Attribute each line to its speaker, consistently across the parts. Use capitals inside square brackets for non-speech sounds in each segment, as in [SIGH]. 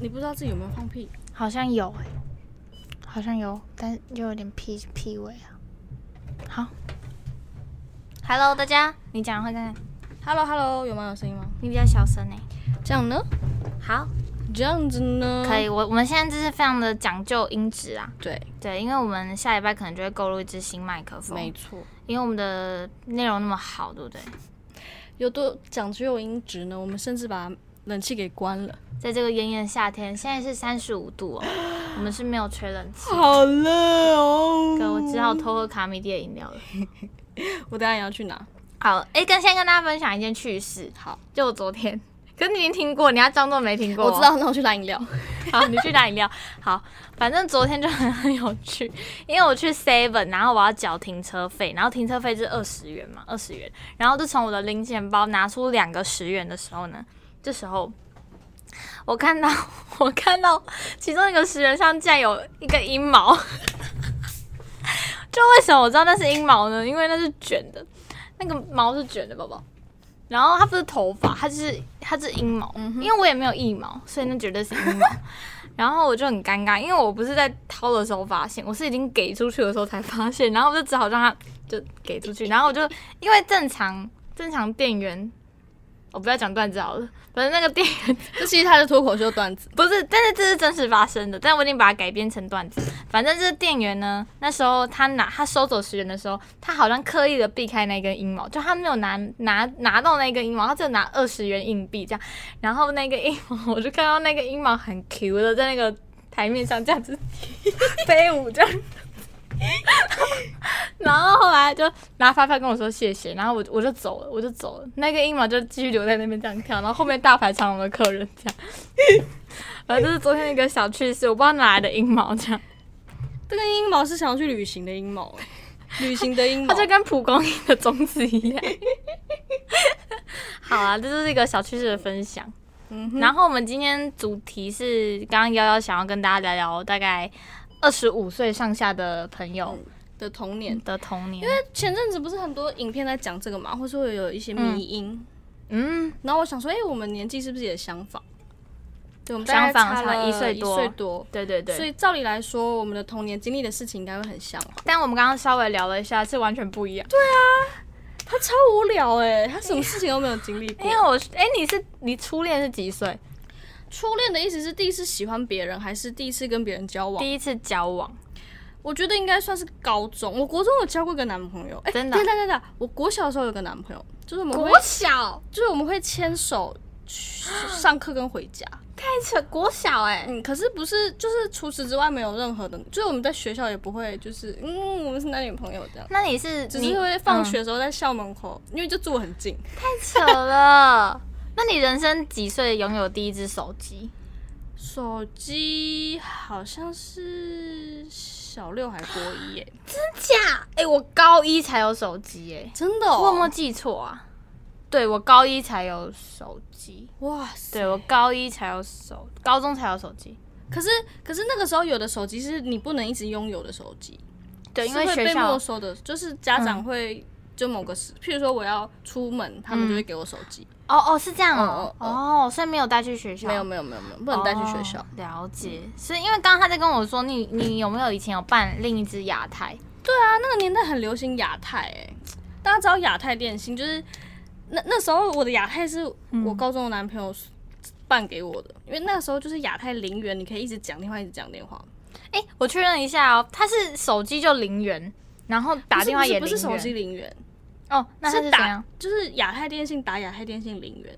Speaker 1: 你不知道自己有没有放屁？
Speaker 2: 好像有诶、好像有，但又有点屁屁味啊。好，Hello 大家，你讲会看看，
Speaker 1: Hello Hello，有吗？有声音吗？
Speaker 2: 你比较小声欸诶、
Speaker 1: 这样呢？
Speaker 2: 好，
Speaker 1: 这样子呢？
Speaker 2: 可以，。我我们现在就是非常的讲究音质啊，
Speaker 1: 对，
Speaker 2: 对，因为我们下礼拜可能就会购入一支新麦克风，
Speaker 1: 没错。
Speaker 2: 因为我们的内容那么好，对不对？
Speaker 1: 有多讲究音质呢？我们甚至把冷气给关了。
Speaker 2: 在这个炎炎夏天，现在是三十五度哦，我们是没有吹冷气，
Speaker 1: 好累哦
Speaker 2: 哥，我只好偷喝卡米蒂的饮料了。
Speaker 1: 我等下也要去拿。
Speaker 2: 好，哎、跟先跟大家分享一件趣事，
Speaker 1: 好，
Speaker 2: 就我昨天，可是你已经听过，你要装作没听过、
Speaker 1: 我知。道，那我去拿饮料。
Speaker 2: [LAUGHS] 好，你去拿饮料。好，反正昨天就很很有趣，因为我去 Seven，然后我要缴停车费，然后停车费是二十元嘛，二十元，然后就从我的零钱包拿出两个十元的时候呢，这时候。我看到，我看到其中一个十元上竟然有一个阴毛， [LAUGHS] 就为什么我知道那是阴毛呢？因为那是卷的，那个毛是卷的，宝宝。然后它不是头发，它就是它是阴毛，因为我也没有腋毛，所以那绝对是阴毛。然后我就很尴尬，因为我不是在掏的时候发现，我是已经给出去的时候才发现，然后我就只好让它就给出去。然后我就因为正常正常店员，我不要讲段子好了，反正那个店员
Speaker 1: [LAUGHS] 这其实他的脱口秀段 [LAUGHS] 子。
Speaker 2: 不是，但是这是真实发生的，但我已经把它改编成段子。反正这店员呢，那时候他拿他收走十元的时候，他好像刻意的避开那根阴毛，就他没有拿拿拿到那根阴毛，他只有拿二十元硬币这样。然后那个阴毛，我就看到那个阴毛很 Q 的在那个台面上这样子
Speaker 1: 哎
Speaker 2: 飞舞这样。然后后来就拿发票跟我说谢谢，然后我我就走了，我就走了。那个阴毛就继续留在那边这样跳，然后后面大排长龙的客人这样。 [LAUGHS] 反正这是昨天的一个小趣事，我不知道哪来的阴毛这样，
Speaker 1: 这个阴毛是想要去旅行的阴毛，哎旅行的 [LAUGHS] 阴毛。
Speaker 2: 它就跟蒲公英的种子
Speaker 1: [LAUGHS]
Speaker 2: 一样。好啊，这就是一个小趣事的分享。
Speaker 1: 嗯哼，
Speaker 2: 然后我们今天主题是刚刚幺幺想要跟大家聊聊大概二十五岁上下的朋友
Speaker 1: 的童年。
Speaker 2: 的童年，因
Speaker 1: 前阵子不是很多影片在讲这个嘛，或是会有一些迷音。
Speaker 2: 嗯，
Speaker 1: 然后我想说，哎、我们年纪是不是也相仿？对，我们
Speaker 2: 相仿
Speaker 1: 大概
Speaker 2: 差
Speaker 1: 了
Speaker 2: 一岁多
Speaker 1: 一岁多。
Speaker 2: 对对
Speaker 1: 所
Speaker 2: 对。
Speaker 1: 以照理来说，我们的童年经历的事情应该会很像吧？
Speaker 2: 但我们刚刚稍微聊了一下，是完全不一样。对，
Speaker 1: 啊他超无聊哎、他什么事情都没有经历过
Speaker 2: 因。为我哎、你是你初恋是几岁？
Speaker 1: 初恋的意思是第一次喜欢别人，还是第一次跟别人交往？
Speaker 2: 第一次交往，
Speaker 1: 我觉得应该算是高中。我国中有交过一个男朋友，哎、
Speaker 2: 真的
Speaker 1: 对对对对，我国小的时候有个男朋友，就是我们会，
Speaker 2: 小
Speaker 1: 就是我们会牵手去上课跟回家。
Speaker 2: 太扯，国小哎、
Speaker 1: 嗯，可是不是，就是除此之外没有任何的，就是我们在学校也不会，就是嗯，我们是男女朋友这样，
Speaker 2: 那你是
Speaker 1: 只
Speaker 2: 你
Speaker 1: 是会放学的时候在校门口，因为就住我很近，
Speaker 2: 嗯扯
Speaker 1: [LAUGHS]
Speaker 2: 了。那你人生几岁拥有第一只手机？
Speaker 1: 手机好像是小六还国一
Speaker 2: [GASPS]
Speaker 1: 耶，
Speaker 2: 假？哎、我高一才有手机哎、
Speaker 1: 真的、
Speaker 2: 我有没有
Speaker 1: 哦，
Speaker 2: 记错啊？对，我高一才有手机。
Speaker 1: 哇塞！
Speaker 2: 对我高一才有手，高中才有手机。
Speaker 1: 可是可是那个时候有的手机是你不能一直拥有的手机，
Speaker 2: 对，因
Speaker 1: 是
Speaker 2: 为
Speaker 1: 会
Speaker 2: 学
Speaker 1: 被没
Speaker 2: 校嗯
Speaker 1: 收的，就是家长会就某个时，譬如说我要出门，他们就会给我手机，
Speaker 2: 哦哦是这样哦
Speaker 1: 嗯嗯
Speaker 2: 哦，所以没有带去学校，
Speaker 1: 没有没有没有没有，不能带去学校
Speaker 2: 哦。了解，所以因为刚刚他在跟我说，你你有没有以前有办另一只亚太？
Speaker 1: 那个年代很流行亚太、哎，大家知道亚太电信就是那那时候我的亚太是我高中的男朋友办给我的，因为那时候就是亚太零元，你可以一直讲电话，一直讲电话，
Speaker 2: 哎、我确认一下哦，他是手机就零元，然后打电话也
Speaker 1: 不
Speaker 2: 零
Speaker 1: 是不是不是
Speaker 2: 元
Speaker 1: 手机零元，
Speaker 2: 哦，那他
Speaker 1: 是
Speaker 2: 怎
Speaker 1: 打
Speaker 2: 样？
Speaker 1: 就是亚太电信打亚太电信零元，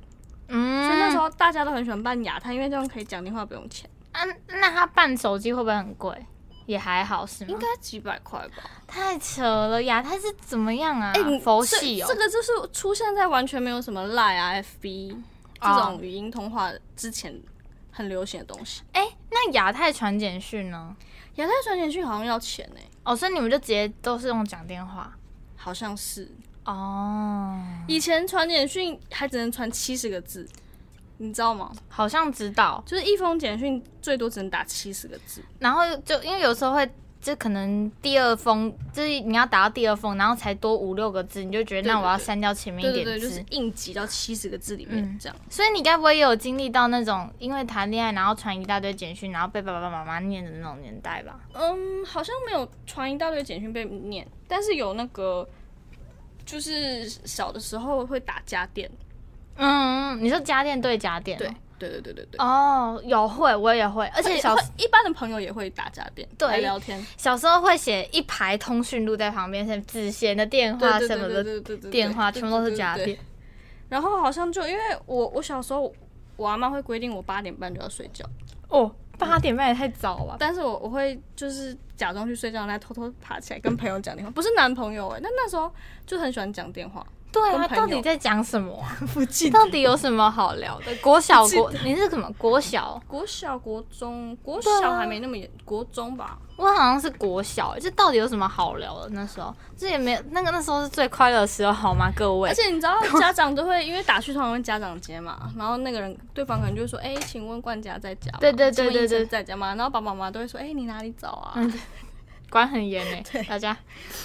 Speaker 2: 嗯，
Speaker 1: 所以那时候大家都很喜欢办亚太，因为这样可以讲电话不用钱，
Speaker 2: 啊，那他办手机会不会很贵？也还好是吗？
Speaker 1: 应该几百块吧。
Speaker 2: 太扯了呀！他是怎么样啊？
Speaker 1: 哎、你
Speaker 2: 佛系哦、
Speaker 1: 这这个就是出现在完全没有什么 Line 啊、FB 这
Speaker 2: 哦
Speaker 1: 种语音通话之前很流行的东西。
Speaker 2: 哎、那亚太传简讯呢？
Speaker 1: 亚太传简讯好像要钱呢、
Speaker 2: 哦，所以你们就直接都是用讲电话
Speaker 1: 好像是。
Speaker 2: 哦，
Speaker 1: 以前传简讯还只能传七十个字，你知道吗？
Speaker 2: 好像知道。
Speaker 1: 就是一封简讯最多只能打七十个字。
Speaker 2: 然后就因为有时候会这可能第二封，就是你要打到第二封，然后才多五六个字，你就觉得那
Speaker 1: 对对
Speaker 2: 我要
Speaker 1: 对
Speaker 2: 删掉前面一
Speaker 1: 对
Speaker 2: 点
Speaker 1: 对
Speaker 2: 字。
Speaker 1: 对，就是硬挤到七十个字里面
Speaker 2: 嗯
Speaker 1: 这样。
Speaker 2: 所以你该不会也有经历到那种因为谈恋爱然后传一大堆简讯，然后被爸爸妈妈念的那种年代吧？
Speaker 1: 嗯，好像没有传一大堆简讯被念，但是有那个，就是小的时候会打家电。
Speaker 2: 嗯，你说家电对家电、
Speaker 1: 对，对对对对对。
Speaker 2: 哦，有会，我也会，而且
Speaker 1: 会
Speaker 2: 小
Speaker 1: 会一般的朋友也会打家电，
Speaker 2: 对
Speaker 1: 来聊天，
Speaker 2: 小时候会写一排通讯录在旁边，像自闲的电话
Speaker 1: 对对
Speaker 2: 什么
Speaker 1: 对对
Speaker 2: 的
Speaker 1: 对对对，
Speaker 2: 电话，
Speaker 1: 对
Speaker 2: 全部都是家。
Speaker 1: 对对对
Speaker 2: 电
Speaker 1: 对。然后好像就因为我我小时候，我阿妈会规定我八点半就要睡觉，
Speaker 2: 哦，八点半也太早了吧。
Speaker 1: 但是我我会就是假装去睡觉，然后再偷偷爬起来跟朋友讲电话，不是男朋友哎、那那时候就很喜欢讲电话，
Speaker 2: 对啊，
Speaker 1: 跟朋友
Speaker 2: 到底在讲什么、 [LAUGHS] 啊？
Speaker 1: 不记
Speaker 2: 到底有什么好聊的？ [LAUGHS] 国小
Speaker 1: 不记
Speaker 2: 国，你是什么国小？
Speaker 1: 国小、国中、国
Speaker 2: 对啊
Speaker 1: 小还没那么严，国中吧，
Speaker 2: 我好像是国小，这到底有什么好聊的？那时候这也没有那个那时候是最快乐的时候，好吗？各位
Speaker 1: 而，且你知道，家长都会因为打去通常问家长接嘛，然后那个人对方可能就会说：“哎、请问冠家在家吗？
Speaker 2: 对对对
Speaker 1: 请问
Speaker 2: 对嗯
Speaker 1: 医生
Speaker 2: 对
Speaker 1: 在家吗？”然后爸爸妈妈都会说：“哎、你哪里找啊？ [LAUGHS]
Speaker 2: 管很严呢、大家。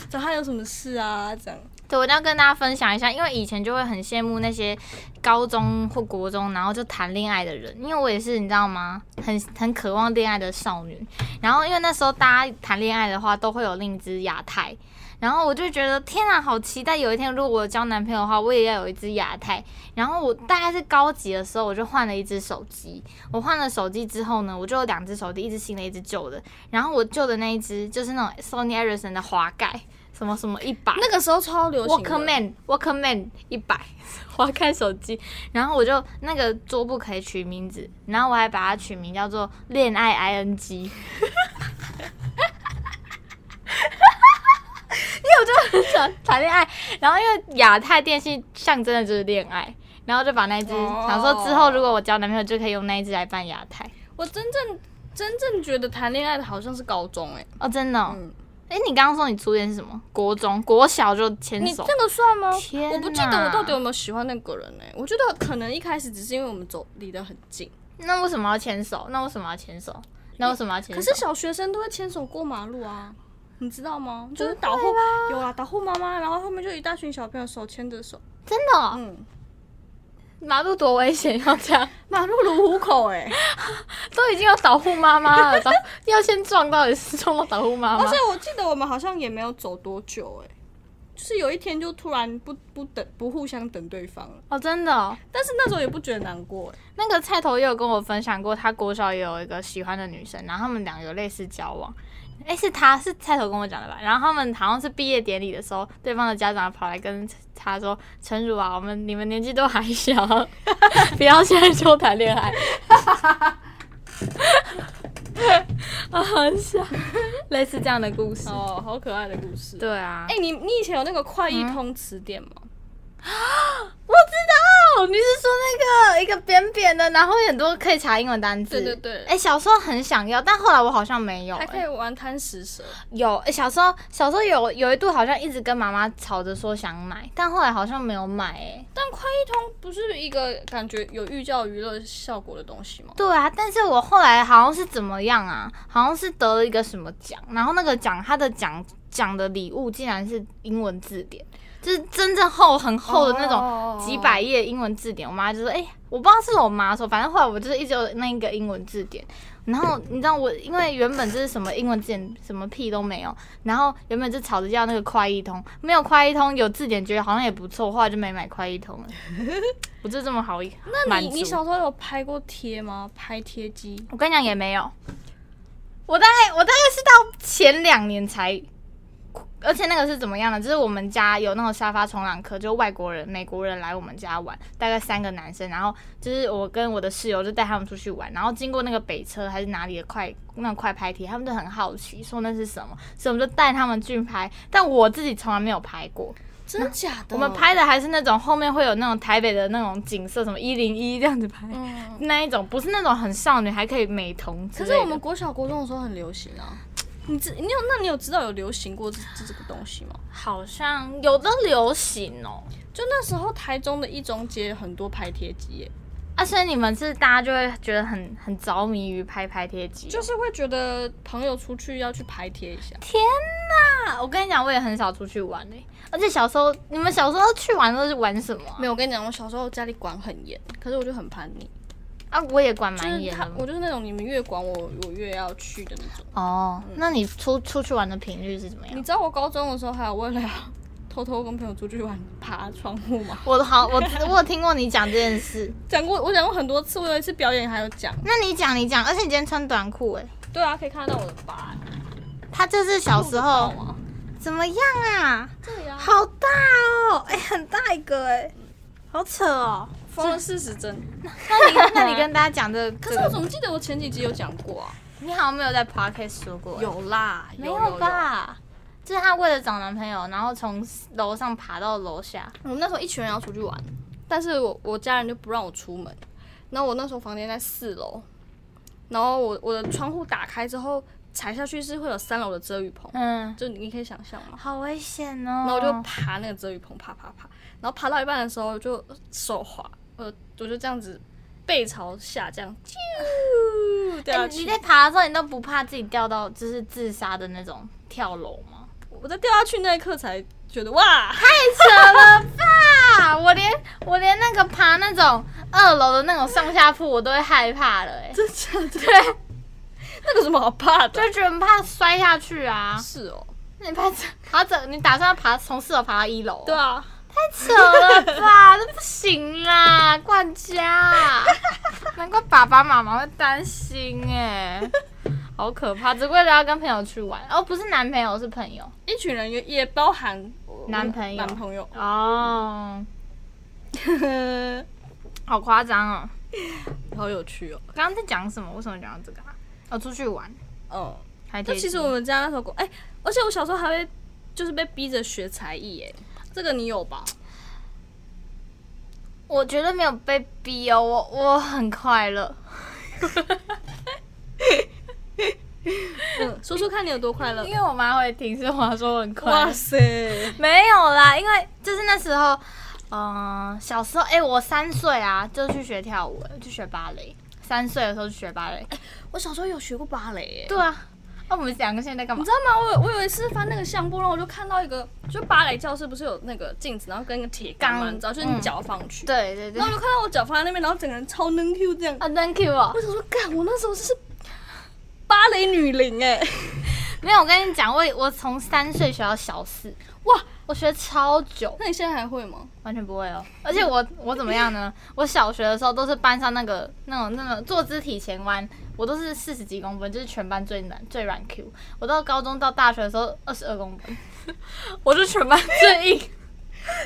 Speaker 1: 找他有什么事啊？”这样，
Speaker 2: 对，我一定要跟大家分享一下，因为以前就会很羡慕那些高中或国中，然后就谈恋爱的人，因为我也是，你知道吗？很很渴望恋爱的少女。然后因为那时候大家谈恋爱的话，都会有另一只亚太。然后我就觉得天啊，好期待有一天，如果我交男朋友的话，我也要有一只亚太。然后我大概是高级的时候，我就换了一只手机。我换了手机之后呢，我就有两只手机，一只新的，一只旧的。然后我旧的那一只就是那种 Sony Ericsson 的滑盖，什么什么一百，
Speaker 1: 那个时候超流行的
Speaker 2: Walkman Walkman 一百， [LAUGHS] 划开手机，然后我就那个桌布可以取名字，然后我还把它取名叫做“恋爱 ing”，因为我就很想谈恋爱，然后因为亚太电信象征的就是恋爱，然后就把那一只、
Speaker 1: 哦
Speaker 2: 想说之后如果我交男朋友就可以用那一只来办亚太。
Speaker 1: 我真正真正觉得谈恋爱的好像是高中哎、
Speaker 2: 哦，真的、哦，
Speaker 1: 嗯
Speaker 2: 哎、你刚刚说你初恋是什么？国中、国小就牵
Speaker 1: 你
Speaker 2: 手
Speaker 1: 这，个算吗？
Speaker 2: 天
Speaker 1: 我不记
Speaker 2: 哪
Speaker 1: 得我到底有没有喜欢那个人哎、我觉得可能一开始只是因为我们走离得很近，
Speaker 2: 那为什么要牵手？那为什么要牵手？那为什么要牵手？
Speaker 1: 可是小学生都会牵手过马路啊，你知道吗？就是导护有啊，导护妈妈，然后后面就一大群小朋友手牵着手，
Speaker 2: 真的哦、
Speaker 1: 嗯，
Speaker 2: 马路多危险，要这样 [LAUGHS]
Speaker 1: 马路如虎口哎、
Speaker 2: 都已经有保护妈妈了，导要先撞到也是撞到保护妈妈
Speaker 1: 而且。我记得我 [LAUGHS] 们好像也没有走多久哎、就是有一天就突然不不等不互相等对方了，
Speaker 2: 哦，真的、哦，
Speaker 1: 但是那时候也不觉得难过哎、
Speaker 2: 那个菜头也有跟我分享过，他国小也有一个喜欢的女生，然后他们两个有类似交往。诶，是他是菜头跟我讲的吧？然后他们好像是毕业典礼的时候，对方的家长跑来跟他说：“陈如啊，我们你们年纪都还小， [LAUGHS] 不要现在就谈恋爱。” [LAUGHS] 啊，很想类似这样的故事。
Speaker 1: 哦，好可爱的故事。
Speaker 2: 对啊，
Speaker 1: 哎、你你以前有那个快译通词典吗？
Speaker 2: 我知道，哦你是说那个一个扁扁的，然后有很多可以查英文单词。
Speaker 1: 对对对
Speaker 2: 哎、小时候很想要，但后来我好像没有、
Speaker 1: 还可
Speaker 2: 哎
Speaker 1: 以玩贪食蛇，
Speaker 2: 有、哎小时候，小时候有有一度好像一直跟妈妈吵着说想买，但后来好像没有买、哎，
Speaker 1: 但快译通不是一个感觉有寓教于乐效果的东西吗？
Speaker 2: 对啊，但是我后来好像是怎么样啊？好像是得了一个什么奖，然后那个奖它的奖奖的礼物竟然是英文字典，就是真正厚很厚的那种
Speaker 1: 种
Speaker 2: 几百页英文字典，我妈就说：“哎、我不知道是我妈说，反正后来我就是一直有那一个英文字典。然后你知道我，因为原本就是什么英文字典什么屁都没有，然后原本就吵着要那个快译通，没有快译通有字典，觉得好像也不错，后来就没买快译通
Speaker 1: [LAUGHS]
Speaker 2: 了。我就这么好一，
Speaker 1: 那
Speaker 2: 满
Speaker 1: 你
Speaker 2: 足
Speaker 1: 你小时候有拍过贴吗？拍贴机？
Speaker 2: 我跟你讲也没有，我大概我大概是到前两年才，而且那个是怎么样的？就是我们家有那种沙发冲浪客，就外国人、美国人来我们家玩，大概三个男生，然后就是我跟我的室友就带他们出去玩，然后经过那个北车还是哪里的快那种快拍贴，他们就很好奇说那是什么，所以我们就带他们去拍，但我自己从来没有拍过。
Speaker 1: 真假的？
Speaker 2: 我们拍的还是那种后面会有那种台北的那种景色，什么一零一这样子拍。
Speaker 1: 嗯，
Speaker 2: 那一种不是那种很少女，还可以美瞳
Speaker 1: 可
Speaker 2: 之类
Speaker 1: 是
Speaker 2: 的。
Speaker 1: 我们国小国中的时候很流行啊。你知你有那你有知道有流行过这这这个东西吗？
Speaker 2: 好像有的流行哦、
Speaker 1: 就那时候台中的一中街很多拍贴机耶，
Speaker 2: 啊，所以你们是大家就会觉得很很着迷于拍拍贴机哦，
Speaker 1: 就是会觉得朋友出去要去排贴一下，
Speaker 2: 啊！我跟你讲，我也很少出去玩嘞、而且小时候你们小时候去玩都是玩什么啊、
Speaker 1: 没有，我跟你讲，我小时候家里管很严，可是我就很叛逆，
Speaker 2: 啊？我也管
Speaker 1: 就
Speaker 2: 蛮
Speaker 1: 是
Speaker 2: 严
Speaker 1: 他
Speaker 2: 的，。
Speaker 1: 我就是那种你们越管我，我越要去的那种。
Speaker 2: 哦，那你出出去玩的频率是怎么
Speaker 1: 你
Speaker 2: 样？
Speaker 1: 知道我高中的时候还有为了要偷偷跟朋友出去玩爬窗户吗？
Speaker 2: 我好，我我有听过你讲这件事。
Speaker 1: 讲过，我讲过很多次，我有一次表演还有讲。
Speaker 2: [LAUGHS] 那你讲，你讲，而且你今天穿短裤，哎，
Speaker 1: 对啊，可以看得到我的疤。
Speaker 2: 他这是小时候
Speaker 1: 看不到吗
Speaker 2: 怎么样啊？
Speaker 1: 对啊，
Speaker 2: 好大哦，哎、很大一个，哎，好扯哦。
Speaker 1: 缝了四十针。
Speaker 2: 那 [LAUGHS] 你那你跟大家讲的，
Speaker 1: 可是我怎么记得我前几集有讲过啊？
Speaker 2: 你好像没有在 podcast 说过，哎
Speaker 1: 有啦，
Speaker 2: 没有？吧？就是她为了找男朋友，然后从楼上爬到楼下。
Speaker 1: 有有我们那时候一群人要出去玩，但是我我家人就不让我出门。然后我那时候房间在四楼，然后我我的窗户打开之后踩下去是会有三楼的遮雨棚，
Speaker 2: 嗯，
Speaker 1: 就你你可以想象吗？
Speaker 2: 好危险哦。
Speaker 1: 然后我就爬那个遮雨棚，爬爬爬，然后爬到一半的时候就手滑，我我就这样子背朝下这样，啾掉
Speaker 2: 哎
Speaker 1: 下
Speaker 2: 你
Speaker 1: 去。
Speaker 2: 在爬的时候，你都不怕自己掉到就是自杀的那种跳楼 [LAUGHS] 吗？
Speaker 1: 我在掉下去那一刻才觉得哇，
Speaker 2: 怎么吧？我连我连那个爬那种二楼的那种上下铺，我都会害怕了、哎，
Speaker 1: 真的 [LAUGHS] 对，那个什么好怕的？
Speaker 2: 就觉得很怕摔下去啊。
Speaker 1: 是哦，
Speaker 2: 那你爬爬整，你打算要爬从四楼爬到一楼、哦
Speaker 1: 对，啊，
Speaker 2: 扯了吧？ [LAUGHS] 这不行啦，冠家， [LAUGHS] 难怪爸爸妈妈会担心哎、好可怕！只为了要跟朋友去玩，哦，不是男朋友，是朋友。
Speaker 1: 一群人也也包含我
Speaker 2: 男朋友
Speaker 1: 男朋友。
Speaker 2: 哦，好夸张哦！
Speaker 1: [LAUGHS] 好有趣哦，
Speaker 2: 刚刚在讲什么？为什么讲到这个啊？哦，出去玩，
Speaker 1: 嗯，
Speaker 2: 还
Speaker 1: 那
Speaker 2: 贴
Speaker 1: 其实
Speaker 2: 心
Speaker 1: 我们家那时候国，哎、而且我小时候还会就是被逼着学才艺，哎，这个你有 [LAUGHS] 吧？
Speaker 2: 我觉得没有被逼哦，我我很快乐。
Speaker 1: 嗯，说说看你有多快乐
Speaker 2: [LAUGHS]
Speaker 1: [LAUGHS]
Speaker 2: 因。为我妈会听，所以我要说我很快乐。
Speaker 1: 塞，
Speaker 2: 没有啦，因为就是那时候，嗯、小时候，哎、我三岁啊就去学跳舞了，去学芭蕾。三岁的时候去学芭蕾。
Speaker 1: 我小时候有学过芭蕾，哎，
Speaker 2: 对啊，那、我们两个现在在干嘛
Speaker 1: 你知？道吗？我有我有一次翻那个相簿，然后我就看到一个，就芭蕾教室不是有那个镜子，然后跟一个铁杆嘛，
Speaker 2: 钢
Speaker 1: 你知道，就是你脚放去。
Speaker 2: 对对对
Speaker 1: 然后。我就看到我脚放在那边，然后整个人超能 Q 这样。
Speaker 2: 啊，Thank you 哦
Speaker 1: 我。想说，干，我那时候是芭蕾女伶哎、
Speaker 2: 没有，我跟你讲，我我从三岁学到小四，
Speaker 1: [LAUGHS] 哇！
Speaker 2: 我学超久，
Speaker 1: 那你现在还会吗？
Speaker 2: 完全不会哦。而且 [LAUGHS] 我我怎么样呢？我小学的时候都是班上那个那种那种坐姿体前弯，我都是四十几公分，就是全班最难最软 Q。我到高中到大学的时候二十二公分， [LAUGHS] 我是全班最硬。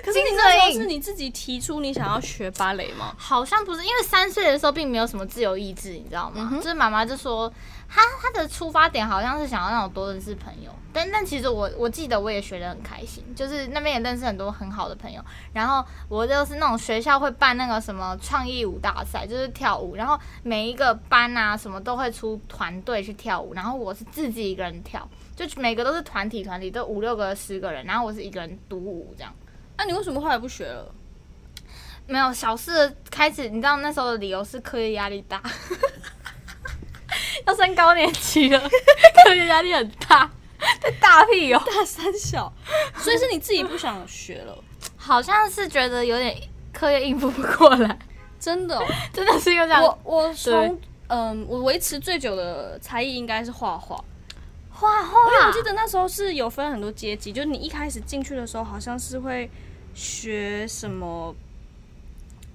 Speaker 1: 可是你
Speaker 2: 金
Speaker 1: 那时候
Speaker 2: 穗
Speaker 1: 是你自己提出你想要学芭蕾吗？
Speaker 2: 好像不是，因为三岁的时候并没有什么自由意志，你知道吗？就是妈妈就说，她她的出发点好像是想要让我多认识朋友，但但其实我我记得我也学得很开心，就是那边也认识很多很好的朋友。然后我就是那种学校会办那个什么创意舞大赛，就是跳舞，然后每一个班啊什么都会出团队去跳舞，然后我是自己一个人跳，就每个都是团体团体，都五六个十个人，然后我是一个人独舞这样。
Speaker 1: 那、啊你为什么后来不学了？
Speaker 2: 没有小四的开始，你知道那时候的理由是课业压力大， [LAUGHS] 要升高年级了，课业压力很大， [LAUGHS] 这大屁哦，
Speaker 1: 大三小， [LAUGHS] 所以是你自己不想学了，
Speaker 2: 好像是觉得有点课业应付不过来，
Speaker 1: 真的哦、
Speaker 2: 真的是因为这样
Speaker 1: 我。我从
Speaker 2: 对
Speaker 1: 嗯，我维持最久的才艺应该是画画。
Speaker 2: 画
Speaker 1: 因为我
Speaker 2: 画
Speaker 1: 记得那时候是有分很多阶级，就是你一开始进去的时候，好像是会学什么。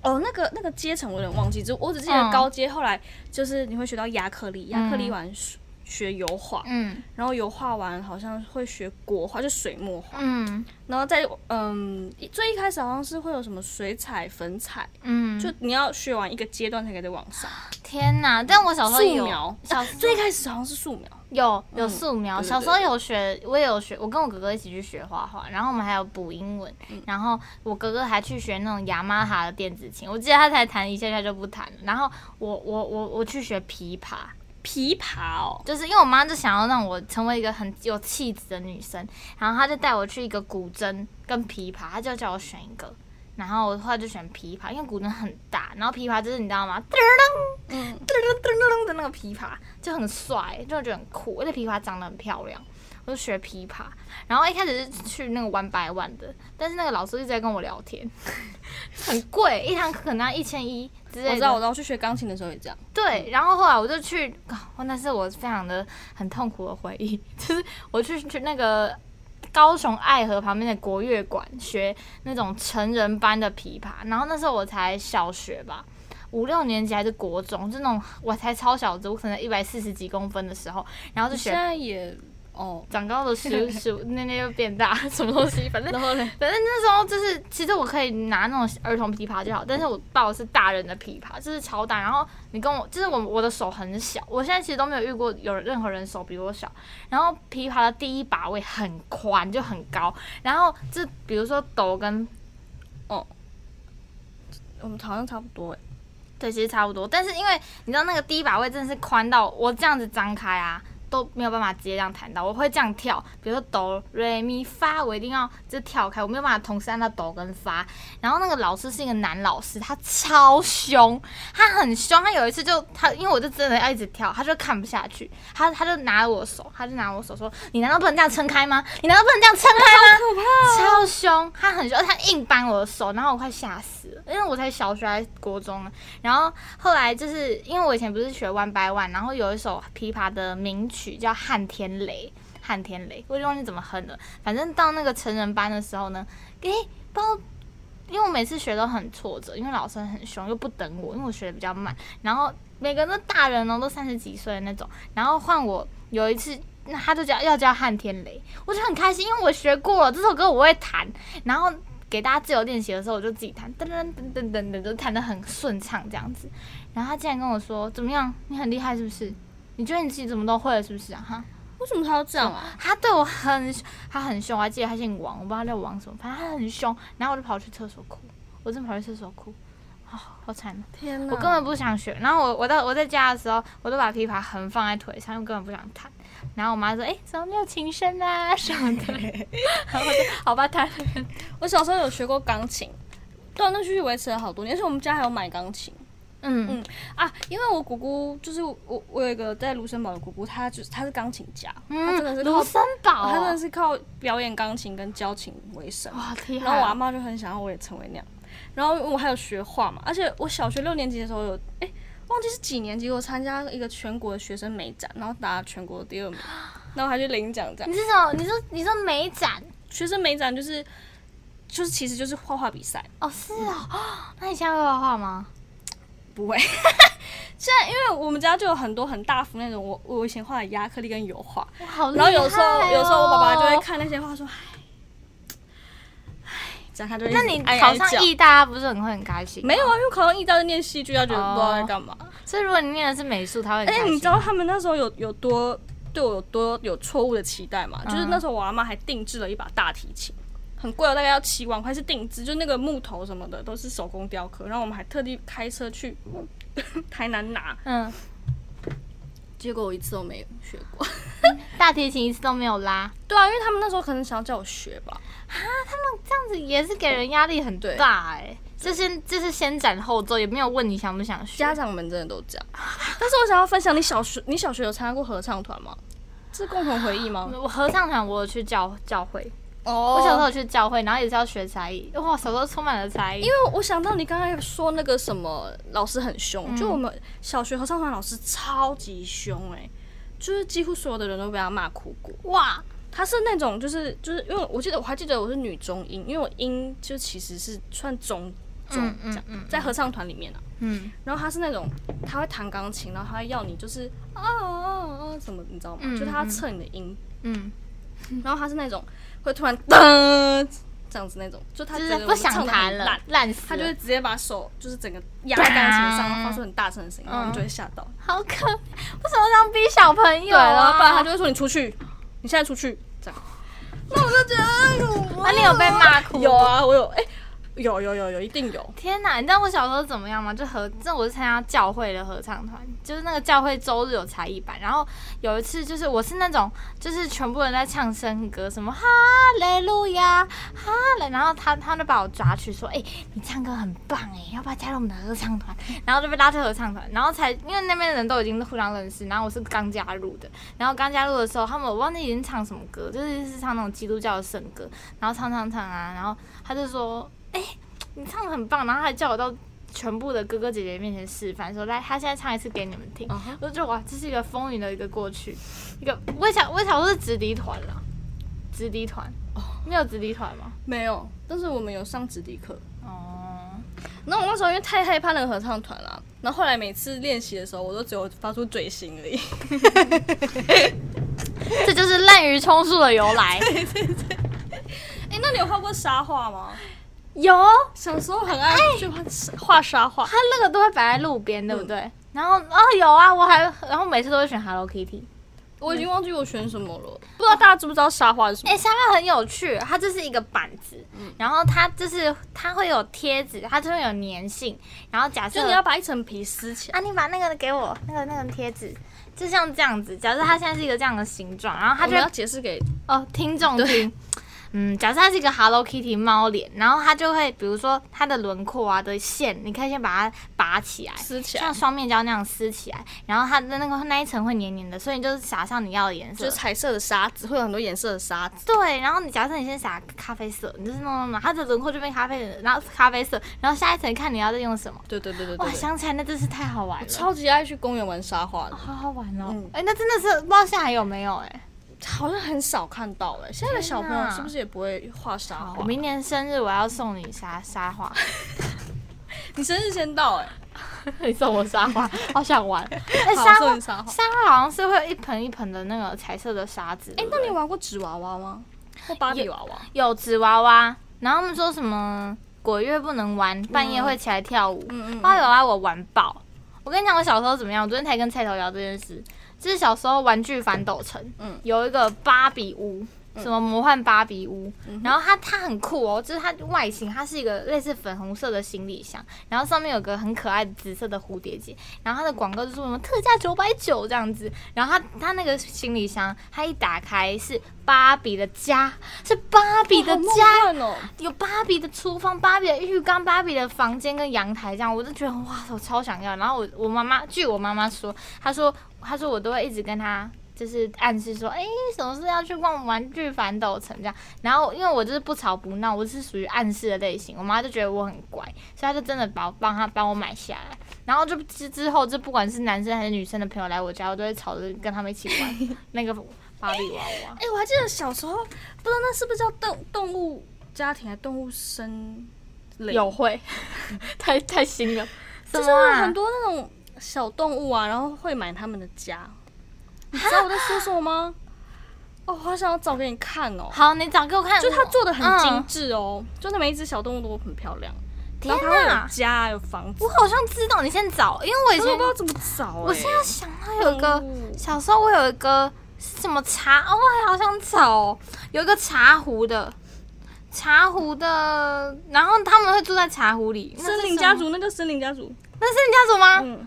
Speaker 1: 哦，那个那个阶层我有点忘记，只我只记得
Speaker 2: 嗯
Speaker 1: 高阶，后来就是你会学到亚克力，亚克力
Speaker 2: 嗯
Speaker 1: 完学学油画，
Speaker 2: 嗯
Speaker 1: 然后油画完好像会学国画，就水墨画，
Speaker 2: 嗯
Speaker 1: 然后再嗯一最一开始好像是会有什么水彩、粉彩，
Speaker 2: 嗯，
Speaker 1: 就你要学完一个阶段才可以再往上。
Speaker 2: 天哪！但我小时候
Speaker 1: 素
Speaker 2: 有
Speaker 1: 描
Speaker 2: 小时候
Speaker 1: 啊最一开始好像是素描，
Speaker 2: 有有
Speaker 1: 嗯
Speaker 2: 素描，
Speaker 1: 对对
Speaker 2: 小
Speaker 1: 对
Speaker 2: 时候有学，我也有学，我跟我哥哥一起去学画画，然后我们还有补英文，
Speaker 1: 嗯
Speaker 2: 然后我哥哥还去学那种雅马哈的电子琴，我记得他才弹一下下就不弹了，然后我我我我去学琵琶，
Speaker 1: 琵琶哦，
Speaker 2: 就是因为我妈就想要让我成为一个很有气质的女生，然后她就带我去一个古筝跟琵琶，她就叫我选一个。然后我后来就选琵琶，因为古筝很大，然后琵琶就是你知道吗？噔噔
Speaker 1: 嗯，
Speaker 2: 噔噔噔的那个琵琶就很帅，就觉得很酷，而且琵琶长得很漂亮。我就学琵琶，然后一开始是去那个 One by One 的，但是那个老师一直在跟我聊天， [LAUGHS] 很贵，一堂课可能要一千一之类的。
Speaker 1: 我知道，我知道，我去学钢琴的时候也这样。
Speaker 2: 对，然后后来我就去，哦、那是我非常的很痛苦的回忆， [LAUGHS] 就是我去去那个高雄爱河旁边的国乐馆学那种成人班的琵琶，然后那时候我才小学吧，五六年级还是国中，就那种我才超小只，我可能一百四十几公分的时候，然后就
Speaker 1: 你现
Speaker 2: 学。
Speaker 1: 在也哦，
Speaker 2: 长高了十十那那又变大，什么东西？反正
Speaker 1: 然后嘞，
Speaker 2: 反正那时候就是，其实我可以拿那种儿童琵琶就好，但是我抱的是大人的琵琶，就是超大。然后你跟我，就是我我的手很小，我现在其实都没有遇过有任何人手比我小。然后琵琶的第一把位很宽，就很高。然后这比如说抖跟
Speaker 1: 我们好像差不多哎。
Speaker 2: 对，其实差不多。但是因为你知道那个第一把位真的是宽到我这样子张开啊，都没有办法直接这样弹到。我会这样跳，比如说哆瑞咪发，我一定要就跳开，我没有办法同时按到哆跟发。然后那个老师是一个男老师，他超凶，他很凶。他有一次就他，因为我就真的要一直跳，他就看不下去，他他就拿我手，他就拿我手说：“你难道不能这样撑开吗？你难道不能这样撑开吗？”超凶，他很凶，他硬扳我的手，然后我快吓死了，因为我才小学还是国中啊。然后后来就是因为我以前不是学 One by One，然后有一首琵琶的名曲叫《撼天雷》，撼天雷，我有点忘记怎么哼了。反正到那个成人班的时候呢，诶，不知道，因为我每次学都很挫折，因为老师很凶，又不等我，因为我学的比较慢。然后每个人都大人哦，都三十几岁的那种。然后换我有一次，那他就叫要叫撼天雷，我就很开心，因为我学过了这首歌，我会弹。然后给大家自由练习的时候，我就自己弹，噔噔噔噔噔噔，就弹得很顺畅这样子。然后他竟然跟我说：“怎么样？你很厉害是不是？你觉得你自己怎么都会了是不是啊？”哈，
Speaker 1: 为什么他要这样啊？
Speaker 2: 他对我很，他很凶，我还记得他姓王，我不知道他叫王什么，反正他很凶。然后我就跑去厕所哭，我真的跑去厕所哭，啊、好惨哦
Speaker 1: [LAUGHS] 天哪！
Speaker 2: 我根本不想学。然后我我到我在家的时候，我都把琵琶横放在腿上，因为根本不想弹。然后我妈说：“哎、怎么没有琴声啊什么的？”然后我就好吧，弹。
Speaker 1: 我小时候有学过钢琴，断断续续维持了好多年，而且我们家还有买钢琴
Speaker 2: 嗯
Speaker 1: 嗯啊，因为我姑姑就是我，我有一个在卢森堡的姑姑，她就是她是钢琴家，她真的是
Speaker 2: 嗯，
Speaker 1: 靠
Speaker 2: 卢森堡、
Speaker 1: 她真的
Speaker 2: 哦，
Speaker 1: 是靠表演钢琴跟交琴为生。
Speaker 2: 哇，厉害哦！
Speaker 1: 然后我阿妈就很想要我也成为那样，然后我还有学画嘛，而且我小学六年级的时候有哎、忘记是几年级，我参加一个全国的学生美展，然后拿全国第
Speaker 2: [GASPS]
Speaker 1: 二名，然后还去领奖这样。
Speaker 2: 你是什么？你说你说美展
Speaker 1: 学生美展就是就是其实就是画画比赛，
Speaker 2: 哦，是哦。 [GASPS] 那你现在会画画吗？
Speaker 1: 不会。 [LAUGHS] 现在因为我们家就有很多很大幅那种我我以前画的亚克力跟油画，
Speaker 2: 哇好厉
Speaker 1: 然
Speaker 2: 害、
Speaker 1: 后
Speaker 2: 哦！
Speaker 1: 有时候有时候我爸爸就会看那些画说，唉，唉，这样他就会一直
Speaker 2: 那你
Speaker 1: 哀哀
Speaker 2: 考上
Speaker 1: 叫
Speaker 2: 艺大，不是很会很开心？
Speaker 1: 没有啊？因为考上艺大就念戏剧，他觉得不知道在
Speaker 2: 哦
Speaker 1: 干嘛。
Speaker 2: 所以如果你念的是美术，他
Speaker 1: 而
Speaker 2: 会很开
Speaker 1: 且
Speaker 2: 心。
Speaker 1: 哎你知道他们那时候有有多对我有多有错误的期待吗？
Speaker 2: 嗯
Speaker 1: 就是那时候我阿妈还定制了一把大提琴，很贵哦，大概要七万块，是定制，就那个木头什么的都是手工雕刻。然后我们还特地开车去 [LAUGHS] 台南拿，
Speaker 2: 嗯，
Speaker 1: 结果我一次都没有学过。
Speaker 2: 大提琴一次都没有拉，
Speaker 1: [LAUGHS] 对啊，因为他们那时候可能想要叫我学吧。
Speaker 2: 这样子也是给人压力很大哎、这是这是先斩后奏，也没有问你想不想学
Speaker 1: 家。长们真的都这样。但是我想要分享，你小学你小学有参加过合唱团吗？这是共同回忆吗？
Speaker 2: 我合唱团我有去教教会，
Speaker 1: 哦
Speaker 2: 我小时候有去教会，然后也是要学才艺。哇，小时候充满了才艺
Speaker 1: 因。为我想到你刚才说那个什么老师很凶，
Speaker 2: 嗯
Speaker 1: 就我们小学合唱团老师超级凶哎、就是几乎所有的人都被他骂哭过。
Speaker 2: 哇，
Speaker 1: 他是那种就是就是因为我记得我还记得我是女中音，因为我音就其实是算中中
Speaker 2: 嗯
Speaker 1: 这样
Speaker 2: 嗯，嗯
Speaker 1: 在合唱团里面啊。
Speaker 2: 嗯
Speaker 1: 然后他是那种他会弹钢琴，然后他会要你就是啊啊啊什么，你知道吗？
Speaker 2: 嗯
Speaker 1: 就是他要
Speaker 2: 嗯
Speaker 1: 测你的音，
Speaker 2: 嗯，
Speaker 1: 然后他是那种会突然噔这样子那种，就他
Speaker 2: 就
Speaker 1: 觉得
Speaker 2: 是
Speaker 1: 我
Speaker 2: 不
Speaker 1: 们
Speaker 2: 想
Speaker 1: 唱得
Speaker 2: 弹
Speaker 1: 很烂
Speaker 2: 了，烂死
Speaker 1: 他
Speaker 2: 了
Speaker 1: 就会直接把手就是整个压在钢琴上，
Speaker 2: 嗯
Speaker 1: 发出很大声的声音，然后你就会吓到。
Speaker 2: 好可，为什么这样逼小朋
Speaker 1: 嗯对，
Speaker 2: 友
Speaker 1: 然
Speaker 2: 啊？
Speaker 1: 后不然他就会说你出去，你现在出去这样。那我就觉得，
Speaker 2: 那你有被骂哭？
Speaker 1: 有，啊，我有哎、有有有有，一定有。
Speaker 2: 天哪！你知道我小时候怎么样吗？就合，这我是参加教会的合唱团，就是那个教会周日有才艺班，然后有一次就是我是那种就是全部人在唱圣歌，什么哈雷路亚哈雷，然后他他们就把我抓去说，哎、你唱歌很棒哎、要不要加入我们的合唱团？然后就被拉去合唱团，然后才因为那边的人都已经互相认识，然后我是刚加入的，然后刚加入的时候，他们我忘记已经唱什么歌，就是是唱那种基督教的圣歌，然后唱唱唱啊，然后他就说，哎、你唱的很棒，然后他还叫我到全部的哥哥姐姐面前示范，说来，他现在唱一次给你们听。
Speaker 1: 嗯哼
Speaker 2: 我就觉得哇，这是一个风云的一个过去，一个我也想我也想说是直笛团啦，直笛团，
Speaker 1: 哦
Speaker 2: 你有直笛团吗？
Speaker 1: 没有，但是我们有上直笛课。
Speaker 2: 哦，
Speaker 1: 那我那时候因为太害怕那个合唱团了，然后后来每次练习的时候，我都只有发出嘴型而已。
Speaker 2: 这就是滥竽充数的由 [LAUGHS] 来。
Speaker 1: 哎、那你有画过沙画吗？
Speaker 2: 有，哎
Speaker 1: 小时候很爱去画画沙画
Speaker 2: 他。那个都会摆在路边，对不对？然后哦有啊，我还然后每次都会选 Hello Kitty。
Speaker 1: 我已经忘记我选什么了，不知道大家知不知道沙画是什么？
Speaker 2: 哎、沙发很有趣，它就是一个板子，然后它就是它会有贴纸，它就会有粘性。然后假设
Speaker 1: 就你要把一层皮撕起来。
Speaker 2: 啊，你把那个给我，那个那个贴纸，就像这样子。假设它现在是一个这样的形状，然后它
Speaker 1: 我
Speaker 2: 就
Speaker 1: 们要解释给
Speaker 2: 哦，听众听。 [LAUGHS] 嗯，假设它是一个 Hello Kitty 猫脸，然后它就会，比如说它的轮廓啊的线，你可以先把它拔起来，
Speaker 1: 撕起来
Speaker 2: 像，双面胶那样撕起来，然后它的那个那一层会黏黏的，所以你就是撒上你要的颜色，
Speaker 1: 就是彩色的沙子，会有很多颜色的沙子。
Speaker 2: 对，然后你假设你先撒咖啡色，你就是弄弄弄，它的轮廓就变咖啡色，然后咖啡色，然后下一层看你要再用什么。
Speaker 1: 对对对对
Speaker 2: 哇，
Speaker 1: 对对，
Speaker 2: 想起来那真是太好玩了，
Speaker 1: 超级爱去公园玩沙画的，
Speaker 2: 好好玩哦！哎、
Speaker 1: 嗯
Speaker 2: 那真的是不知道现在还有没有哎、
Speaker 1: 好像很少看到哎、现在的小朋
Speaker 2: 欸天
Speaker 1: 友
Speaker 2: 哪
Speaker 1: 是不是也不会画沙
Speaker 2: 好
Speaker 1: 画？
Speaker 2: 明年生日我要送你沙
Speaker 1: [LAUGHS]
Speaker 2: 沙画，
Speaker 1: 你生日先到哎、
Speaker 2: 你送我沙 [LAUGHS] 画，好想玩。哎、
Speaker 1: 好
Speaker 2: 沙
Speaker 1: 送
Speaker 2: 画
Speaker 1: 你沙画
Speaker 2: 沙画好像是会有一盆一盆的那个彩色的沙子。
Speaker 1: 哎、
Speaker 2: 对不
Speaker 1: 那
Speaker 2: 对
Speaker 1: 你玩过纸娃娃吗？或芭比娃娃？
Speaker 2: 有纸娃娃，然后他们说什么鬼月不能玩，半夜会起来跳舞。
Speaker 1: 嗯嗯
Speaker 2: 芭比娃娃我玩爆。我跟你讲，我小时候怎么样？我昨天才跟菜头聊这件事，就是小时候玩具反斗城，
Speaker 1: 嗯
Speaker 2: 有一个芭比屋。什么魔幻芭比屋，
Speaker 1: 嗯
Speaker 2: 然后它它很酷哦，就是它外形，它是一个类似粉红色的行李箱，然后上面有个很可爱的紫色的蝴蝶结，然后它的广告就是什么特价九百九这样子，然后它它那个行李箱，它一打开是芭比的家，是芭比的
Speaker 1: 好梦
Speaker 2: 家，
Speaker 1: 幻哦，
Speaker 2: 有芭比的厨房、芭比的浴缸、芭比的房间跟阳台这样，我就觉得哇，我超想要。然后我我妈妈，据我妈妈说，她说她说我都会一直跟她就是暗示说，哎、什么时候要去逛玩具反斗城这样。然后因为我就是不吵不闹，我是属于暗示的类型，我妈就觉得我很乖，所以她就真的把我帮她帮我买下来。然后就之之后，就不管是男生还是女生的朋友来我家，我都会吵着跟他们一起玩那个芭比娃娃。
Speaker 1: 哎、我还记得小时候，不知道那是不是叫动动物家庭还是动物生类？
Speaker 2: 有会， [LAUGHS] 太太新了。
Speaker 1: 就
Speaker 2: 什
Speaker 1: 是
Speaker 2: 么
Speaker 1: 有
Speaker 2: 啊？
Speaker 1: 很多那种小动物啊，然后会买他们的家。你知道我在说什么吗？哦，我好想要找给你看哦。
Speaker 2: 好，你找给我看。
Speaker 1: 就它做的很精
Speaker 2: 嗯
Speaker 1: 致哦，就那每一只小动物都很漂亮，然
Speaker 2: 天
Speaker 1: 后它会有
Speaker 2: 哪，
Speaker 1: 家有房子
Speaker 2: 我，好像知道，你先找，因为我以
Speaker 1: 可
Speaker 2: 前
Speaker 1: 是我不知道怎么找哎。
Speaker 2: 我现在想到有一个
Speaker 1: 动物
Speaker 2: 小时候我有一个是什么茶，哦，我好想找、哦，有一个茶壶的。茶壶的，然后他们会住在茶壶里，那是
Speaker 1: 森林
Speaker 2: 什
Speaker 1: 家
Speaker 2: 么，啊
Speaker 1: 族，那叫森林家族。
Speaker 2: 那是森林家族吗？
Speaker 1: 嗯，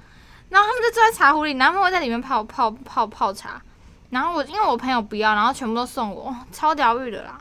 Speaker 2: 然后他们就住在茶壶里，然后他们会在里面泡泡泡泡茶。然后我因为我朋友不要，然后全部都送我，哇超疗愈的啦。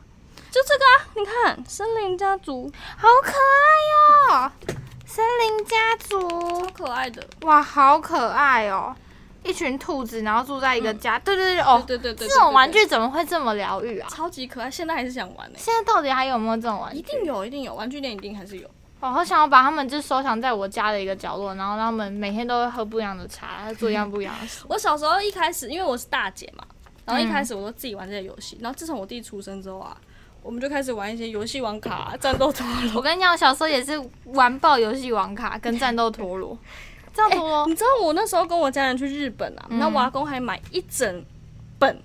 Speaker 1: 就这个啊，你看森林家族，
Speaker 2: 好可爱哟、哦
Speaker 1: [LAUGHS]
Speaker 2: 森林家族，
Speaker 1: 好可爱的。
Speaker 2: 哇，好可爱哦！一群兔子，然后住在一个家，对对对，哦，
Speaker 1: 嗯对对对对，
Speaker 2: 这种玩
Speaker 1: 对
Speaker 2: 具怎么会这么疗愈啊
Speaker 1: 对？超级可爱，现在还是想玩欸呢。
Speaker 2: 现在到底还有没有这种玩
Speaker 1: 一
Speaker 2: 具？
Speaker 1: 定有，一定有，玩具店一定还是有。
Speaker 2: 我好想要把它们就收藏在我家的一个角落，然后让他们每天都会喝不一样的茶，做一样不一样
Speaker 1: [LAUGHS]
Speaker 2: 的事。
Speaker 1: 我小时候一开始，因为我是大姐嘛，然后一开始我都自己玩这些游戏，然后自从我弟出生之后啊，我们就开始玩一些游戏王卡啊、战斗陀螺。 [LAUGHS]
Speaker 2: 我跟你讲，我小时候也是玩爆游戏王卡跟战斗
Speaker 1: [LAUGHS]
Speaker 2: 陀螺，战斗陀螺、
Speaker 1: 哎你知道我那时候跟我家人去日本啊，那、我阿公还买一整本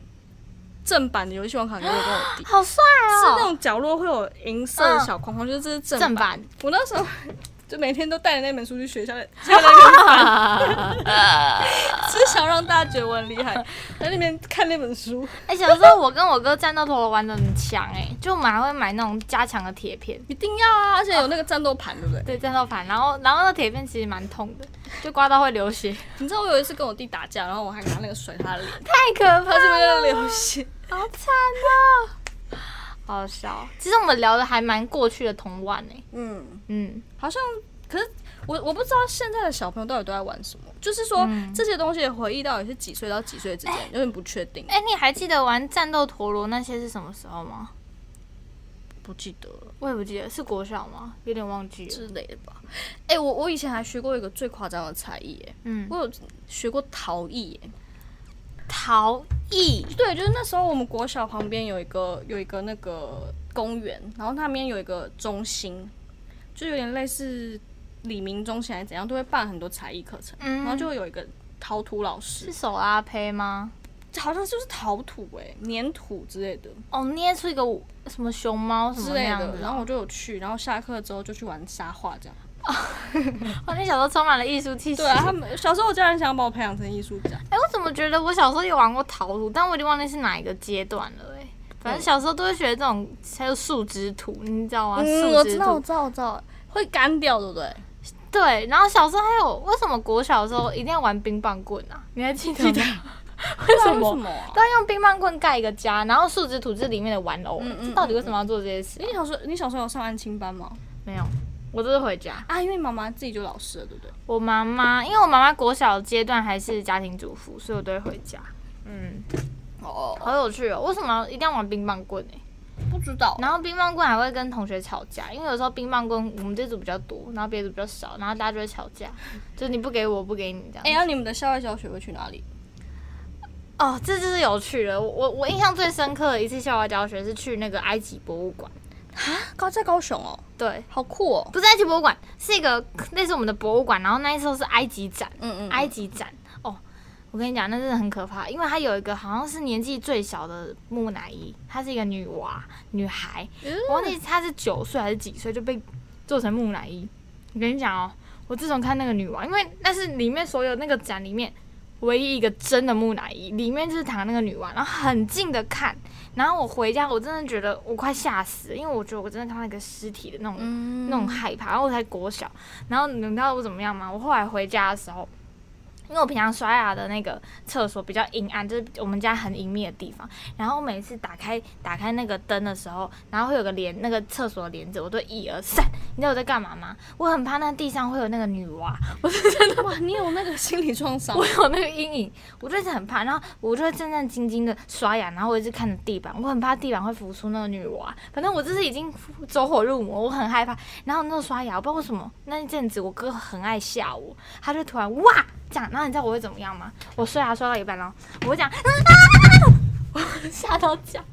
Speaker 1: 正版的游戏王卡给我跟我 [GASPS] 弟，
Speaker 2: 好帅
Speaker 1: 是那
Speaker 2: 哦！
Speaker 1: 嗯种角落会有银色的小框框，就是这是正
Speaker 2: 正
Speaker 1: 版。
Speaker 2: 版
Speaker 1: 我那时候 [LAUGHS] 就每天都带着那本书去学校，校在那边 [LAUGHS] 翻，只是想让大家觉得我很厉害，在那边看那本书。
Speaker 2: [LAUGHS] 哎、小时候我跟我哥战斗陀螺玩的很强，哎，就我们还会买那种加强的铁片，
Speaker 1: 一定要啊！而且有那个战斗盘，对不对？
Speaker 2: 对，战斗盘，然后然后那铁片其实蛮痛的，就刮到会流血，
Speaker 1: 你知道我有一次跟我弟打架，然后我还拿那个甩他的脸，
Speaker 2: 太可怕 [LAUGHS]
Speaker 1: 他这边在流血。
Speaker 2: 好惨哦， [LAUGHS] 好笑。其实我们聊的还蛮过去的童玩哎、
Speaker 1: 嗯，
Speaker 2: 嗯，
Speaker 1: 好像可是我我不知道现在的小朋友到底都在玩什么，就是说、
Speaker 2: 嗯
Speaker 1: 这些东西的回忆到底是几岁到几岁之间，有点不确定，
Speaker 2: 哎、你还记得玩战斗陀螺那些是什么时候吗？
Speaker 1: 不记得了
Speaker 2: 我也不记得，是国小吗？有点忘记了。
Speaker 1: 之类的吧。哎、我我以前还学过一个最夸张的才艺、哎，
Speaker 2: 嗯，
Speaker 1: 我有学过陶艺、哎
Speaker 2: 陶艺，
Speaker 1: 对，就是那时候我们国小旁边有一个有一个那个公园，然后那边有一个中心，就有点类似李明中心还是怎样，都会办很多才艺课程，
Speaker 2: 嗯
Speaker 1: 然后就有一个陶土老
Speaker 2: 是
Speaker 1: 师，
Speaker 2: 手拉胚吗？
Speaker 1: 好像就是陶土哎、粘土之类的
Speaker 2: 哦，捏出一个什么熊猫什么
Speaker 1: 之
Speaker 2: 那
Speaker 1: 类
Speaker 2: 样
Speaker 1: 的啊
Speaker 2: 子，。
Speaker 1: 然后我就有去，然后下课之后就去玩沙画这样。
Speaker 2: 哇，你小时候充满了艺术气息。
Speaker 1: 对啊，他们小时候我家人想把我培养成艺术家，
Speaker 2: 哎、我怎么觉得我小时候有玩过陶土，但我已经忘记是哪一个阶段了、哎，反正小时候都会学这种，还有树枝土，嗯你知道
Speaker 1: 啊
Speaker 2: 吗？树
Speaker 1: 嗯我
Speaker 2: 枝
Speaker 1: 知
Speaker 2: 土
Speaker 1: 道，我知道，我知道，会干掉对不对？
Speaker 2: 对，然后小时候还有为什么国小的时候一定要玩冰棒棍啊？你还记得吗？ [LAUGHS] 为
Speaker 1: 为
Speaker 2: 什
Speaker 1: 什
Speaker 2: 么？
Speaker 1: 么啊？
Speaker 2: 都要用冰棒棍盖一个家，然后树枝土是里面的玩偶、
Speaker 1: 嗯嗯
Speaker 2: 这到底为什么要做这些事？
Speaker 1: 你小时候你小时候有上安亲班吗？
Speaker 2: 没有，我都是回家。
Speaker 1: 啊，因为妈妈自己就老师了，对不对？
Speaker 2: 我妈妈，因为我妈妈国小阶段还是家庭主妇，所以我都会回家。嗯，
Speaker 1: 哦，
Speaker 2: 好有趣哦！为什么要一定要玩冰棒棍欸呢、
Speaker 1: 不知道。
Speaker 2: 然后冰棒棍还会跟同学吵架，因为有时候冰棒棍我们这组比较多，然后别组比较少，然后大家就会吵架，就是你不给我，我不给你这样。
Speaker 1: 哎，那、你们的校外教学会去哪里？
Speaker 2: 哦，这就是有趣了。我我我印象最深刻的一次校外教学是去那个埃及博物馆，
Speaker 1: 高在高雄哦，
Speaker 2: 对，
Speaker 1: 好酷哦。
Speaker 2: 不是埃及博物馆，是一个类似我们的博物馆，然后那时候是埃及展，
Speaker 1: 嗯嗯，
Speaker 2: 埃及展哦。我跟你讲，那真的很可怕，因为它有一个好像是年纪最小的木乃伊，她是一个女娃女孩，
Speaker 1: 嗯
Speaker 2: 我忘记她是九岁还是几岁就被做成木乃伊。我跟你讲哦，我自从看那个女娃，因为那是里面所有那个展里面唯一一个真的木乃伊，里面就是躺那个女娃，然后很近的看，然后我回家我真的觉得我快吓死了，因为我觉得我真的看到一个尸体的那种
Speaker 1: 嗯
Speaker 2: 那种害怕，然后我才国小，然后你知道我怎么样吗？我后来回家的时候，因为我平常刷牙的那个厕所比较阴暗，就是我们家很隐秘的地方，然后每次打开打开那个灯的时候，然后会有个帘那个厕所的帘子，我都一而散。你知道我在干嘛吗？我很怕那地上会有那个女娃，
Speaker 1: [LAUGHS] 哇，你有那个心理创伤 [LAUGHS]
Speaker 2: 我有那个阴影，我就是很怕。然后我就会战战兢兢的刷牙，然后我一直看着地板，我很怕地板会浮出那个女娃。反正我就是已经走火入魔，我很害怕。然后那时候刷牙，我不知道为什么那一阵子我哥很爱吓我，他就突然哇这样。然后你知道我会怎么样吗？我刷牙刷到一半，然后我会讲，啊、我吓到讲。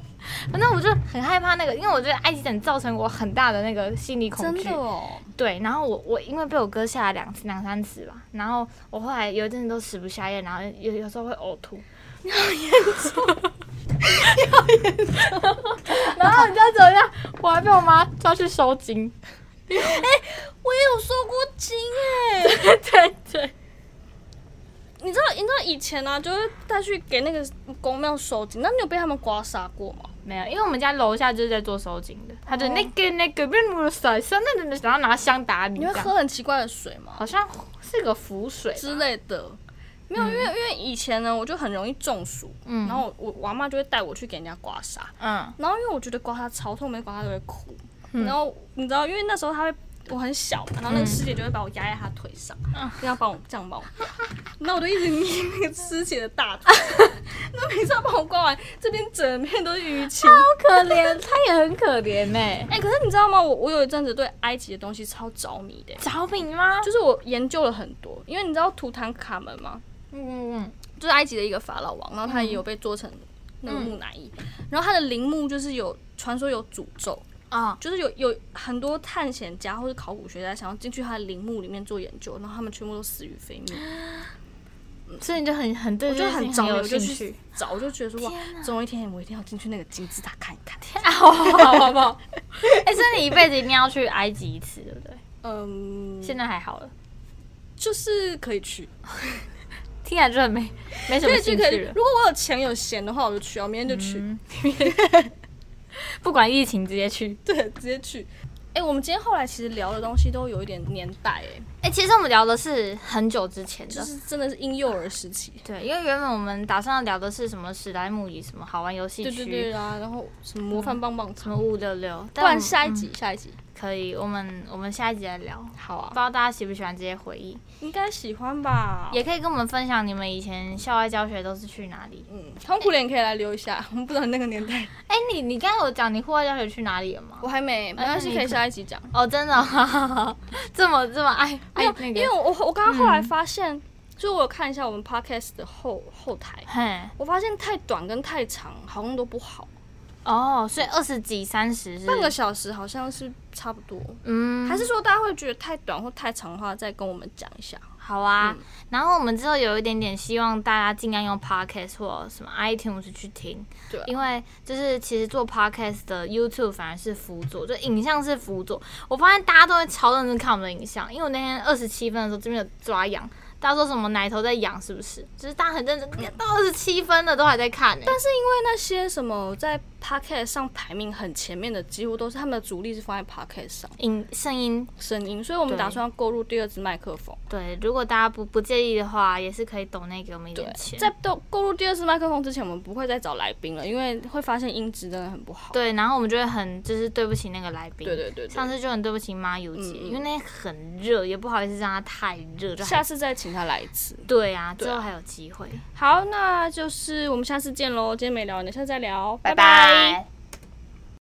Speaker 2: 反正我就很害怕那个，因为我觉得埃及展造成我很大的那个心理恐
Speaker 1: 真
Speaker 2: 惧。
Speaker 1: 的哦。
Speaker 2: 对，然后我我因为被我哥吓了两次两三次吧，然后我后来有一阵子都食不下咽，然后有有时候会呕吐， [LAUGHS] 你好严重，你好严重。 [LAUGHS] 然后你知道怎么样？我还被我妈抓去收金，
Speaker 1: 我也有受过惊哎、
Speaker 2: 对 [LAUGHS] 对对，
Speaker 1: [LAUGHS] 你知道你知道以前啊，就是带去给那个公庙收金，那你有被他们刮痧过吗？
Speaker 2: 没有，因为我们家楼下就是在做收金的，他就
Speaker 1: 哦
Speaker 2: 那个那个变魔甩身，那那那，然后拿香打你
Speaker 1: 你
Speaker 2: 这
Speaker 1: 会
Speaker 2: 样，
Speaker 1: 喝很奇怪的水吗？
Speaker 2: 好像是个符水
Speaker 1: [LAUGHS]
Speaker 2: 吧
Speaker 1: 之，类的。没有，因为因为以前呢，我就很容易中暑，
Speaker 2: 嗯
Speaker 1: 然后我我我阿妈就会带我去给人家刮痧，
Speaker 2: 嗯
Speaker 1: 然后因为我觉得刮痧超痛，没刮痧都会哭。然后你知道，因为那时候他会，我很小嘛，然后那个师姐就会把我压在她腿上，这样帮我这样帮我刮，然后我就一直捏那个师姐的大腿，那每次她帮我刮完，这边整片都是淤青。
Speaker 2: 可怜，他也很可怜欸呢、
Speaker 1: 哎、可是你知道吗？我我有一阵子对埃及的东西超着迷的、
Speaker 2: [LAUGHS] 着迷吗？
Speaker 1: 就是我研究了很多，因为你知道图坦卡门吗？
Speaker 2: 嗯嗯
Speaker 1: 就是埃及的一个法老王，然后他也有被做成那个木乃伊，然后他的陵墓就是有传说有诅咒，
Speaker 2: 嗯啊，
Speaker 1: 就是有有很多探险家或者考古学家想要进去他的陵墓里面做研究，然后他们全部都死于非命。
Speaker 2: 所以你就很很嗯对
Speaker 1: 我就
Speaker 2: 这件
Speaker 1: 很
Speaker 2: 事
Speaker 1: 着
Speaker 2: 情
Speaker 1: 迷，
Speaker 2: 很
Speaker 1: 我
Speaker 2: 有
Speaker 1: 就
Speaker 2: 兴
Speaker 1: 去
Speaker 2: [LAUGHS] 趣。
Speaker 1: 找，我就觉得说哇，总有一天我一定要进去那个金字塔看一看。
Speaker 2: [LAUGHS] 啊，好好好好好，哎、所以你一辈子一定要去埃及一次，对不对？
Speaker 1: 嗯，
Speaker 2: 现在还好了，
Speaker 1: 就是可以去，
Speaker 2: 听起来就很没没什
Speaker 1: 可
Speaker 2: 么
Speaker 1: 以去
Speaker 2: 兴
Speaker 1: 可以
Speaker 2: 趣
Speaker 1: 去。
Speaker 2: 了。嗯
Speaker 1: 如果我有钱有闲的话，我就去啊，我明天就去。
Speaker 2: 不管疫情，直接去。
Speaker 1: 对，直接去。哎、我们今天后来其实聊的东西都有一点年代、哎，
Speaker 2: 哎、其实我们聊的是很久之前的，
Speaker 1: 就是真的是婴幼儿时期。
Speaker 2: 对，因为原本我们打算要聊的是什么史莱姆与什么好玩游戏
Speaker 1: 对
Speaker 2: 区，
Speaker 1: 对对啊，然后什么模范棒棒
Speaker 2: 什
Speaker 1: 糖，
Speaker 2: 么五六六，
Speaker 1: 不
Speaker 2: 但我
Speaker 1: 然
Speaker 2: 们
Speaker 1: 下一
Speaker 2: 嗯
Speaker 1: 集、下一集
Speaker 2: 可以，我们我们下一集再聊。
Speaker 1: 好
Speaker 2: 不知
Speaker 1: 啊，
Speaker 2: 道大家喜不喜欢这些回忆，
Speaker 1: 应该喜欢吧？
Speaker 2: 也可以跟我们分享你们以前校外教学都是去哪里。
Speaker 1: 嗯，痛苦脸可以来留一下， [LAUGHS] 我们不知道那个年代，
Speaker 2: 哎、你你刚刚有讲你户外教学去哪里了吗
Speaker 1: 我？还没，没关系，
Speaker 2: 那你
Speaker 1: 啊可以
Speaker 2: 可
Speaker 1: 下一集讲。
Speaker 2: 哦，真的、哦， [LAUGHS] 这么这么爱
Speaker 1: 没
Speaker 2: 爱
Speaker 1: 有，
Speaker 2: 哎那
Speaker 1: 因为
Speaker 2: 个，
Speaker 1: 我我刚刚后来发现，就是我有看一下我们 podcast 的后后台，
Speaker 2: 嘿，
Speaker 1: 我发现太短跟太长好像都不好，
Speaker 2: 哦，所以二十几、三十是
Speaker 1: 半个小时好像是差不多。
Speaker 2: 嗯，
Speaker 1: 还是说大家会觉得太短或太长的话，再跟我们讲一下。
Speaker 2: 好啊。
Speaker 1: 嗯
Speaker 2: 然后我们之后有一点点希望大家尽量用 podcast 或什么 iTunes 去听，
Speaker 1: 对啊
Speaker 2: 因为就是其实做 podcast 的 YouTube 反而是辅佐，就影像是辅佐。我发现大家都会超认真看我们的影像，因为我那天二十七分的时候这边有抓痒，大家说什么奶头在痒，是不是？就是大家很认真，
Speaker 1: 嗯
Speaker 2: 到二十七分了都还在看欸呢、
Speaker 1: 但是因为那些什么在 podcast 上排名很前面的，几乎都是他们的主力是放在 podcast 上
Speaker 2: 影声音
Speaker 1: 声音，所以我们
Speaker 2: 对
Speaker 1: 打算要购入第二支麦克风。
Speaker 2: 对，如果大家不不介意的话，也是可以抖那给我们一
Speaker 1: 对
Speaker 2: 点，钱。
Speaker 1: 在购购入第二支麦克风之前，我们不会再找来宾了，因为会发现音质真的很不好。
Speaker 2: 对，然后我们就会很就是对不起那个来宾。
Speaker 1: 对对对对
Speaker 2: 上次就很对不起妈油姐，
Speaker 1: 嗯嗯
Speaker 2: 因为那很热，也不好意思让她太热。就还
Speaker 1: 下次再请他来一次。
Speaker 2: 对啊，之
Speaker 1: 对啊
Speaker 2: 后还有机会。
Speaker 1: 好，那就是我们下次见喽。今天没聊完的，下次再聊，拜
Speaker 2: 拜